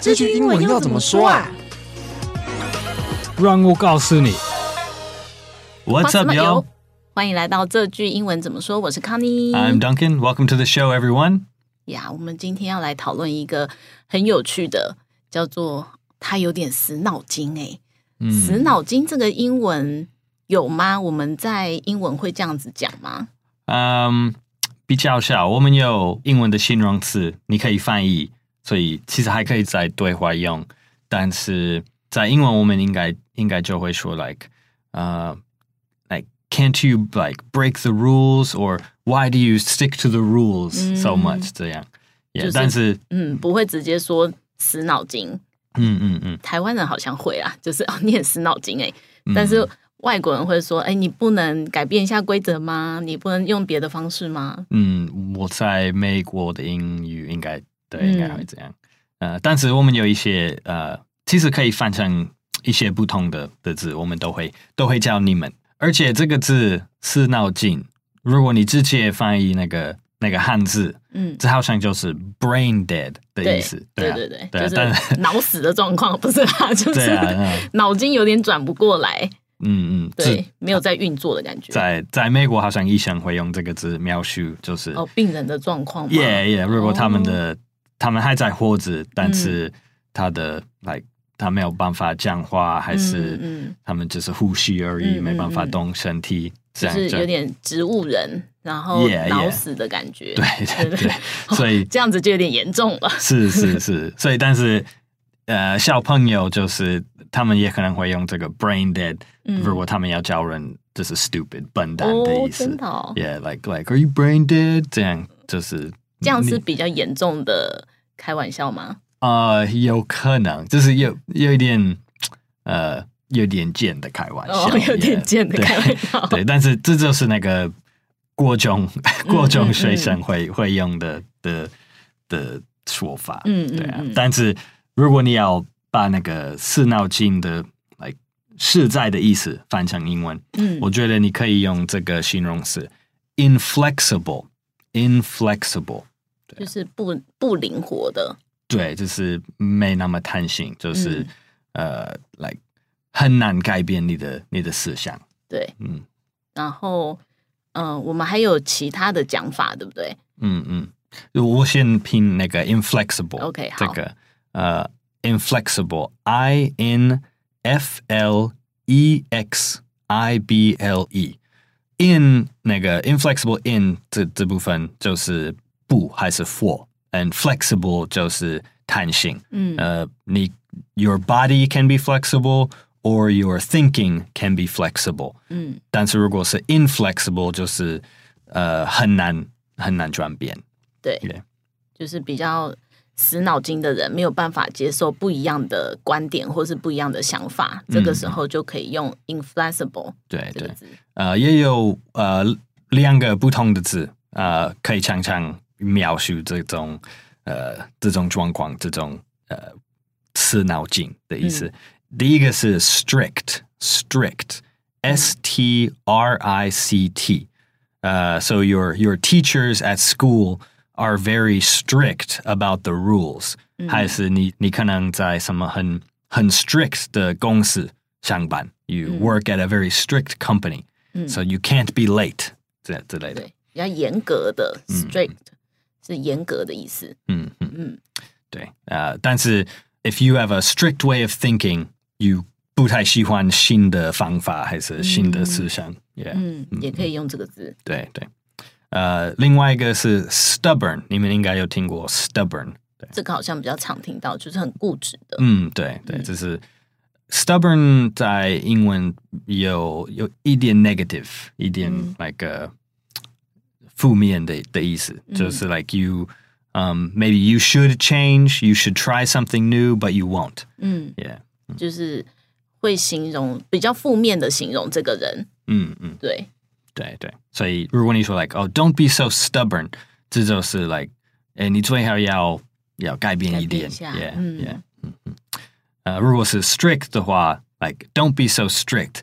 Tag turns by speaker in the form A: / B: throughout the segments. A: 这句英文要怎么说啊？
B: 让我告诉你。
C: What's up, yo?
A: 欢迎来到这句英文怎么说？我是康妮。
C: I'm Duncan. Welcome to the show, everyone.
A: 呀，我们今天要来讨论一个很有趣的，叫做“他有点死脑筋、欸”
C: 嗯
A: 哎，死脑筋这个英文有吗？我们在英文会这样子讲吗？
C: 嗯，Um, 比较少，我们有英文的形容词，你可以翻译，所以其实还可以在对话用。但是在英文，我们应该应该就会说 like，呃、l i k e can't you like break the rules or why do you stick to the rules so much？、这样
A: 就
C: y
A: 是
C: 但是，
A: 嗯，不会直接说“死脑筋
C: 嗯嗯嗯”，，
A: 台湾人好像会啊，就是哦，你很死脑筋哎、但是外国人会说：“哎、你不能改变一下规则吗？你不能用别的方式吗
C: 嗯，我在美国的英语应该对，
A: 嗯
C: 应该会这样。呃，但是我们有一些呃，其实可以翻成一些不同的的字，我们都会都会教你们。而且这个字是脑筋，如果你直接翻译那个那个汉字，？”
A: 嗯，
C: 这好像就是 brain dead 的意思，
A: 对
C: 啊，
A: 对对，
C: 对啊
A: 就，
C: 但
A: 是脑死的状况，不是啦，就
C: 对
A: 是
C: 啊，嗯
A: 脑筋有点转不过来，
C: 嗯嗯，
A: 对
C: 这，
A: 没有在运作的感觉。
C: 在在美国好像医生会用这个字描述，就是
A: 哦，病人的状况吗
C: Yeah, yeah. 如
A: 哦
C: 果他们的、他们还在活
A: 嗯
C: 着，但是他的、like 他没有办法讲话，还是、
A: 嗯嗯
C: 他们只是呼吸而已，
A: 嗯嗯
C: 没办法动身体，
A: 就
C: 这样
A: 是
C: 这
A: 有
C: 样
A: 点植物人，然后
C: Yeah, yeah
A: 脑死的感 觉。
C: 对对
A: 对
C: 对，所以
A: 这样子就有点严重了。
C: 是 是是，所以但是呃，小朋友就是他们也可能会用这个 brain dead，、
A: 嗯
C: 如果他们要叫人就是 stupid 笨蛋的
A: 哦
C: 意，思、
A: 真的哦，
C: y e a h like like are you brain dead？这样就是
A: 这样
C: 你
A: 是比较严重的开玩笑吗？
C: 呃，有可能，就是有有一点呃，有点贱的开玩笑
A: 哦，有点贱的开玩笑嗯
C: Yeah，对，对，但是这就是那个国中 国中学生会、会用的的的说法，
A: 嗯嗯
C: 对啊。
A: 嗯
C: 但是如果你要把那个四脑筋的 like 是在的意思翻成英文，
A: 嗯，
C: 我觉得你可以用这个形容词 inflexible，inflexible。inflexible 啊
A: 就是不不灵活的。
C: 对，就是没那么贪心，就是、
A: 嗯
C: 呃，like 很难改变你的你的思想。
A: 对，
C: 嗯
A: 然后嗯、呃我们还有其他的讲法，对不对？
C: 嗯嗯，我先拼那个 inflexible。
A: OK，
C: 这
A: 好
C: 个呃，inflexible，i n f l e x i b l e，in 那个 inflexible in 这这部分就是不还是 for，and flexible 就是弹性。
A: 嗯，
C: uh, ni- your body can be flexible or your thinking can be flexible.
A: 嗯。
C: 但是如果是 inflexible 就是呃很难很难转变。
A: 对
C: Yeah
A: 就是比较死脑筋的人，没有办法接受不一样的观点或是不一样的想法，这个时候就可以用 inflexible
C: 对
A: 这
C: 对
A: 个字。
C: 呃，也有呃两个不同的字，呃，可以常常描述这种呃这种状况，这种呃刺脑筋的意思。第一个是 strict，strict，s t r i c t。呃，so your your teachers at school are very strict about the rules，、还
A: 嗯
C: 是你你可能在什么很很 strict 的公司上班，you work at a very strict company，、so you can't be late 这之类的
A: 对，，比较严格的 strict、是严格的意思。
C: 嗯嗯
A: 嗯，
C: 对，呃，但是 if you have a strict way of thinking，you 不太喜欢新的方法还是新的思想、y e a h
A: 嗯，也可以用这个字。
C: 对对，呃，另外一个是 stubborn，你们应该有听过 stubborn，对，
A: 这个好像比较常听到，就是很固执的。
C: 嗯，对对，就是 stubborn 在英文有有一点 negative，一点 like 呃、负面的的意思，就是 like you。Um, maybe you should change. You should try something new, but you won't.
A: 嗯，
C: Yeah.
A: 就是会形容比较负面的形容这个人。
C: 嗯嗯，
A: 对，
C: 对对。所以如果你说 like 哦、don't be so stubborn，这就是 like，哎，你最好要要改变一
A: 改变
C: 点。
A: 一下
C: yeah,
A: 嗯
C: yeah. 呃，如果是 strict 的话，like don't be so strict，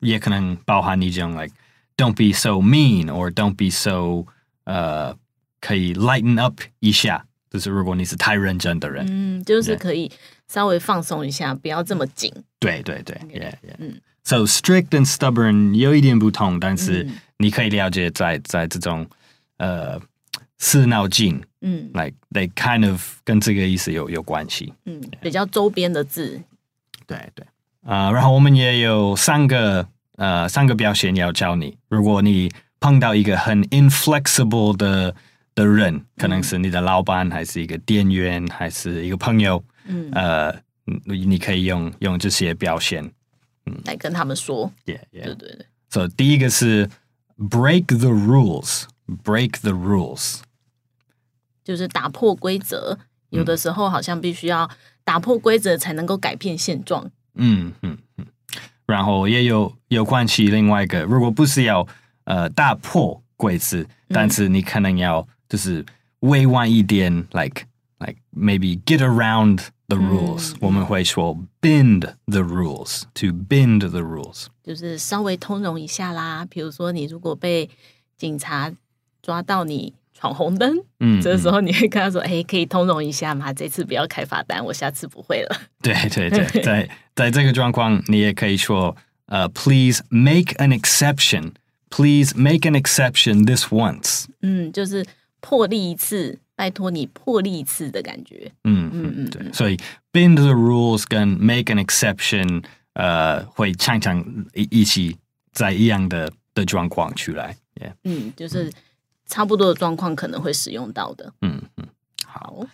C: 也可能包含一种 like don't be so mean or don't be so 呃，可以 lighten up 一下就是如果你是太认真的人，
A: 嗯，就是
C: 对
A: 可以稍微放松一下，不要这么紧。
C: 对对对，yeah yeah。
A: 嗯
C: So strict and stubborn 有一点不同，但是
A: 嗯
C: 你可以了解在在这种呃四脑筋
A: 嗯
C: ，like they kind of 跟这个意思有有关系。
A: 嗯，比较周边的字，
C: 对对，啊，然后我们也有三个呃三个表现要教你。如果你碰到一个很 inflexible 的的
A: 嗯
C: 人，可能是你的老板，还是一个店员，还是一个朋友，
A: 嗯，
C: 呃，你你可以用用这些表现。嗯
A: 来跟他们说。
C: Yeah, yeah.
A: 对对对，
C: So 第一个是 break the rules, break the rules。
A: 就是打破规则，
C: 嗯
A: 有的时候好像必须要打破规则才能够改变现状。
C: 嗯嗯嗯。然后也有有关系另外一个，如果不是要呃打破规则，但是你可能要就是委婉一点，like like maybe get around the rules、我们会说 bend the rules to bend the rules。
A: 就是稍微通融一下啦。比如说，你如果被警察抓到你闯红灯，
C: 嗯，
A: 这时候你会跟他说：“哎、可以通融一下嘛，这次不要开罚单，我下次不会了。
C: 对对对，在在这个状况，你也可以说，呃、p l e a s e make an exception. Please make an exception this once. ”
A: 嗯，就是破例一次，拜托你破例一次的感觉。
C: 嗯
A: 嗯嗯
C: 嗯，对。所以 bend the rules 跟 make an exception，呃，会常常一一起在一样的的状况出来。Yeah，
A: 嗯，就是差不多的状况可能会使用到的。
C: 嗯嗯
A: 好，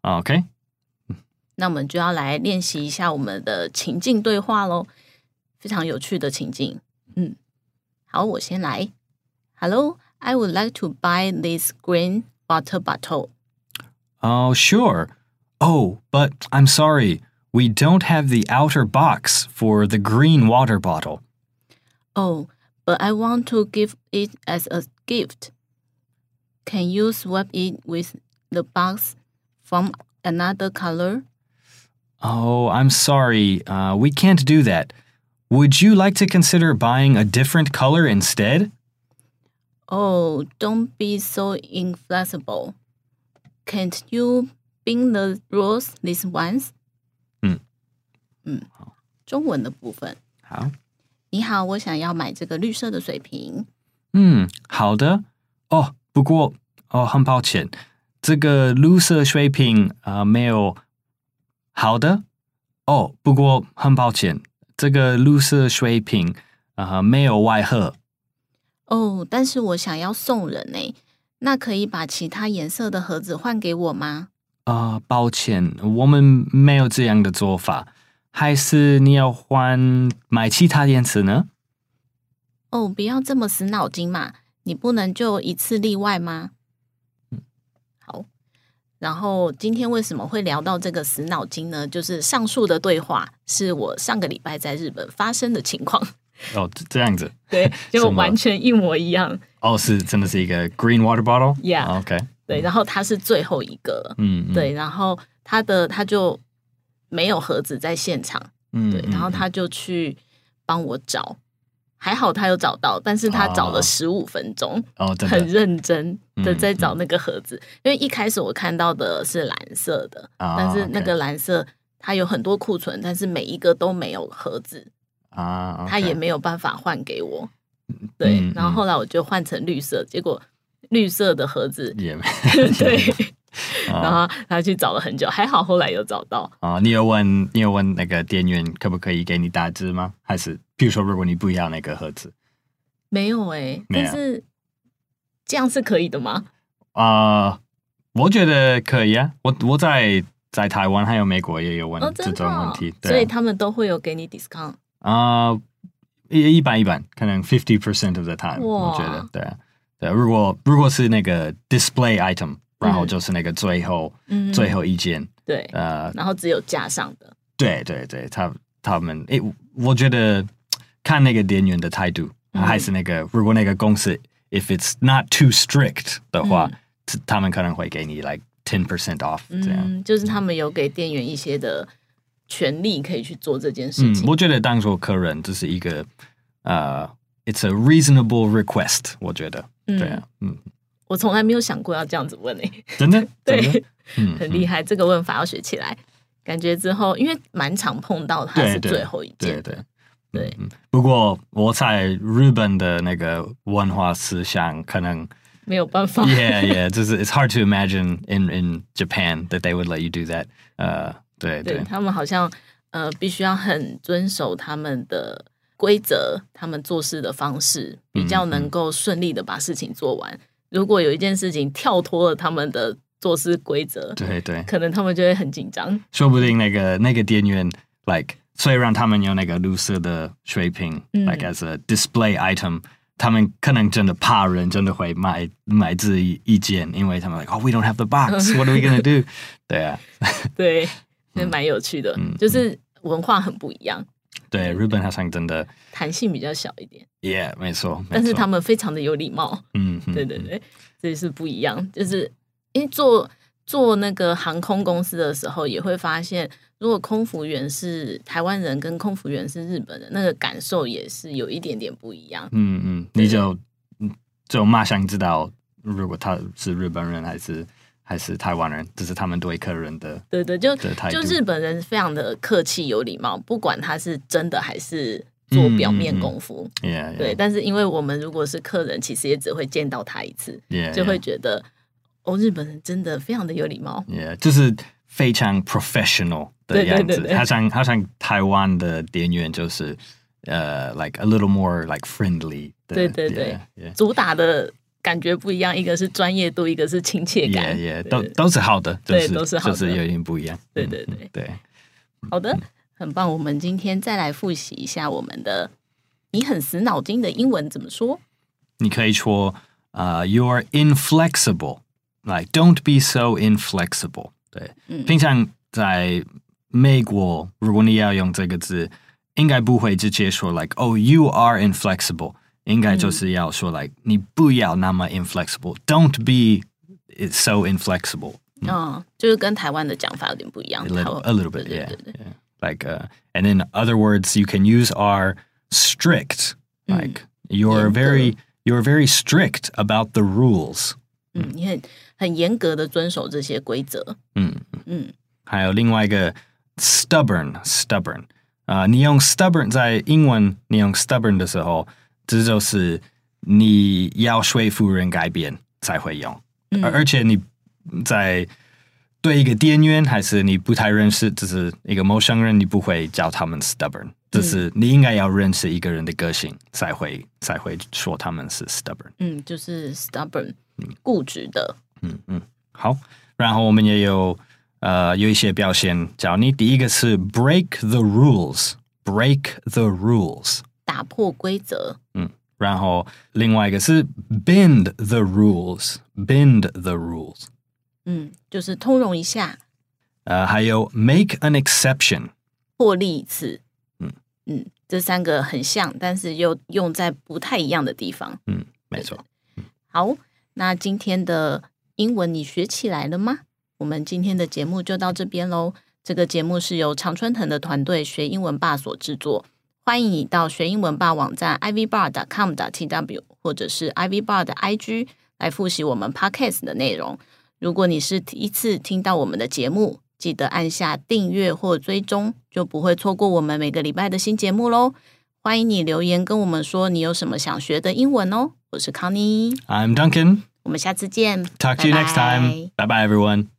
C: ，OK。
A: 那我们就要来练习一下我们的情境对话喽，非常有趣的情境。嗯，好，我先来。Hello, I would like to buy this green water bottle.
C: Oh, sure. Oh, but I'm sorry. We don't have the outer box for the green water bottle.
A: Oh, but I want to give it as a gift. Can you swap it with the box from another color?
C: Oh, I'm sorry. Uh, we can't do that. Would you like to consider buying a different color instead?
A: Oh, don't be so inflexible. Can't you bend the rules this once?
C: 嗯
A: 嗯，中文的部分，
C: 好。
A: 你好，我想要买这个绿色的水瓶。
C: 嗯，好的。哦，不过哦，很抱歉，这个绿色水瓶啊、呃、没有。好的。哦，不过很抱歉，这个绿色水瓶啊、呃、没有外盒。
A: 哦，但是我想要送人呢、那可以把其他颜色的盒子换给我吗？
C: 啊、抱歉，我们没有这样的做法。还是你要换买其他电池呢？
A: 哦，不要这么死脑筋嘛！你不能就一次例外吗？
C: 嗯
A: 好。然后今天为什么会聊到这个死脑筋呢？就是上述的对话是我上个礼拜在日本发生的情况，
C: 哦，这这样子。
A: 对，
C: 什
A: 就
C: 么
A: 完全一模一样。
C: 哦，是真的是一个 green water bottle。哦
A: Yeah
C: OK，
A: 对，然后他是最后一个，
C: 嗯，嗯，
A: 对，然后他的他就没有盒子在现场，
C: 嗯，
A: 对，
C: 嗯
A: 然后，他就去帮我找，还好他有找到，但是他找了
C: 哦
A: 十五分钟。
C: 哦，真
A: 很
C: 的，
A: 认真的
C: 嗯
A: 在找那个盒子，因为一开始我看到的是蓝色的，
C: 啊
A: 但是那
C: OK
A: 个蓝色它有很多库存，但是每一个都没有盒子，
C: 啊，
A: 它也
C: OK
A: 没有办法换给我。对，
C: 嗯，
A: 然后后来我就换成绿色，结果绿色的盒子
C: 也没，
A: 对，然
C: 啊
A: 后他去找了很久，还好后来有找到。
C: 啊，你有问，你有问那个店员可不可以给你打字吗？还是，比如说，如果你不要那个盒子
A: 没有哎、
C: 没
A: 但
C: 有
A: 是这样是可以的吗？
C: 啊，我觉得可以啊。我我在在台湾还有美国也有问
A: 哦，
C: 嗯这
A: 真的
C: 种
A: 哦、
C: 问题，
A: 所以
C: 对啊
A: 他们都会有给你 discount。
C: 啊，一一般一般，可能 fifty percent of the time，
A: 哇
C: 我觉得对啊对啊。如果如果是那个 display item，然后就是那个最后
A: 嗯，
C: 最后一件，
A: 对，
C: 呃，
A: 然后只有架上的。
C: 对对对，他他们诶，我觉得看那个店员的态度，
A: 嗯
C: 还是那个如果那个公司 if it's not too strict 的话，他他们可能会给你 like ten percent off 这样。
A: 嗯，就是他们有给店员一些的权利，可以去做这件事
C: 嗯，
A: 情。
C: 我觉得当做客人这是一个呃，it's a reasonable request，我觉得
A: 嗯
C: 对啊，嗯，
A: 我从来没有想过要这样子问诶、
C: 真的真
A: 对
C: 的。嗯，
A: 很厉害，这个问法要学起来。感觉之后，因为蛮常碰到它是
C: 对对
A: 最后一
C: 对
A: 件，
C: 对
A: 对
C: 嗯。不过我在日本的那个文化思想 可能
A: 没有办法。
C: ，yeah yeah，就是 it's hard to imagine in in Japan that they would let you do that。呃，对
A: 对
C: 对
A: 他们好像呃，必须要很遵守他们的规则，他们做事的方式，
C: 嗯
A: 比较能够顺利的把事情做完。如果有一件事情跳脱了他们的做事规则，
C: 对对，
A: 可能他们就会很紧张。
C: 说不定那个那个店员，like 虽然他们有那个绿色的水瓶、
A: 嗯
C: l i k e as a display item，他们可能真的怕人，真的会买买自己一件，因为他们 like oh we don't have the box，what are we gonna do？对啊，
A: 对，那蛮有趣的，
C: 嗯
A: 就是文化很不一样，
C: 对，日本好像真的
A: 弹性比较小一点，
C: ，yeah，没错，没错
A: 但是他们非常的有礼貌。
C: 嗯，嗯
A: 对对，对，这是不一样。就是因为做做那个航空公司的时候，也会发现，如果空服员是台湾人，跟空服员是日本人，那个感受也是有一点点不一样。
C: 嗯嗯，你就嗯就马上知道，如果他是日本人还是还是台湾人，这是他们对客人的
A: 对对，就
C: 的态度
A: 就日本人非常的客气有礼貌，不管他是真的还是
C: 嗯
A: 做表面功夫。
C: ，yeah，
A: 对，但是因为我们如果是客人，其实也只会见到他一次，
C: yeah，
A: 就会觉得哦，日本人真的非常的有礼貌。
C: yeah，就是非常 professional 的样
A: 对对
C: 子
A: 对，对
C: 好像好像台湾的店员就是呃、l i k e a little more like friendly 的，
A: 对对对
C: yeah, yeah
A: 主打的感觉不一样，一个是专业度，一个是亲切感。
C: Yeah, yeah，
A: 对
C: 都都是好的，就
A: 对
C: 是
A: 都是好的
C: 就是有点不一样。
A: 对
C: 嗯
A: 对对
C: 嗯对，
A: 好的，很棒。我们今天再来复习一下我们的“你很死脑筋”的英文怎么说。
C: 你可以说呃、y o u are inflexible, like don't be so inflexible 对。
A: 嗯
C: 平常在美国，如果你要用这个字，应该不会直接说 like oh you are inflexible，应该就是要说 like、你不要那么 inflexible，don't be so inflexible
A: 嗯、就是跟台湾的讲法有点不一样。
C: a
A: 台
C: little
A: 湾
C: a little
A: 对
C: bit yeah,
A: 对对对
C: yeah. like uh, and then other words you can use are strict like you're
A: 严格
C: very you're very strict about the rules
A: 嗯，你很很严格的遵守这些规则。
C: 嗯
A: 嗯，
C: 还有另外一个 stubborn stubborn 啊、你用 stubborn 在英文你用 stubborn 的时候，这就是你要说服人改变才会用，而、而且你在对一个店员还是你不太认识，只是一个陌生人，你不会叫他们 stubborn，这是你应该要认识一个人的个性才会才会说他们是 stubborn。
A: 嗯，就是 stubborn，固执的。
C: 嗯嗯，好。然后我们也有呃有一些表现教你。第一个是 break the rules，break the rules。
A: 打破规则，
C: 嗯，然后另外一个是 bend the rules，bend the rules。
A: 嗯，就是通融一下，
C: 呃，还有 make an exception。
A: 破例一次。
C: 嗯
A: 嗯，这三个很像，但是又用在不太一样的地方。
C: 嗯，没错。
A: 好，那今天的英文你学起来了吗？我们今天的节目就到这边喽。这个节目是由常春藤的团队学英文吧所制作，欢迎你到学英文吧网站 ivbar.com.tw 或者是 ivbar 的 IG 来复习我们 podcast 的内容。如果你是第一次听到我们的节目，记得按下订阅或追踪，就不会错过我们每个礼拜的新节目喽。欢迎你留言跟我们说你有什么想学的英文哦。我是康妮，
C: I'm Duncan.
A: 我们下次见
C: Talk to you next
A: 拜拜
C: time. Bye bye, everyone.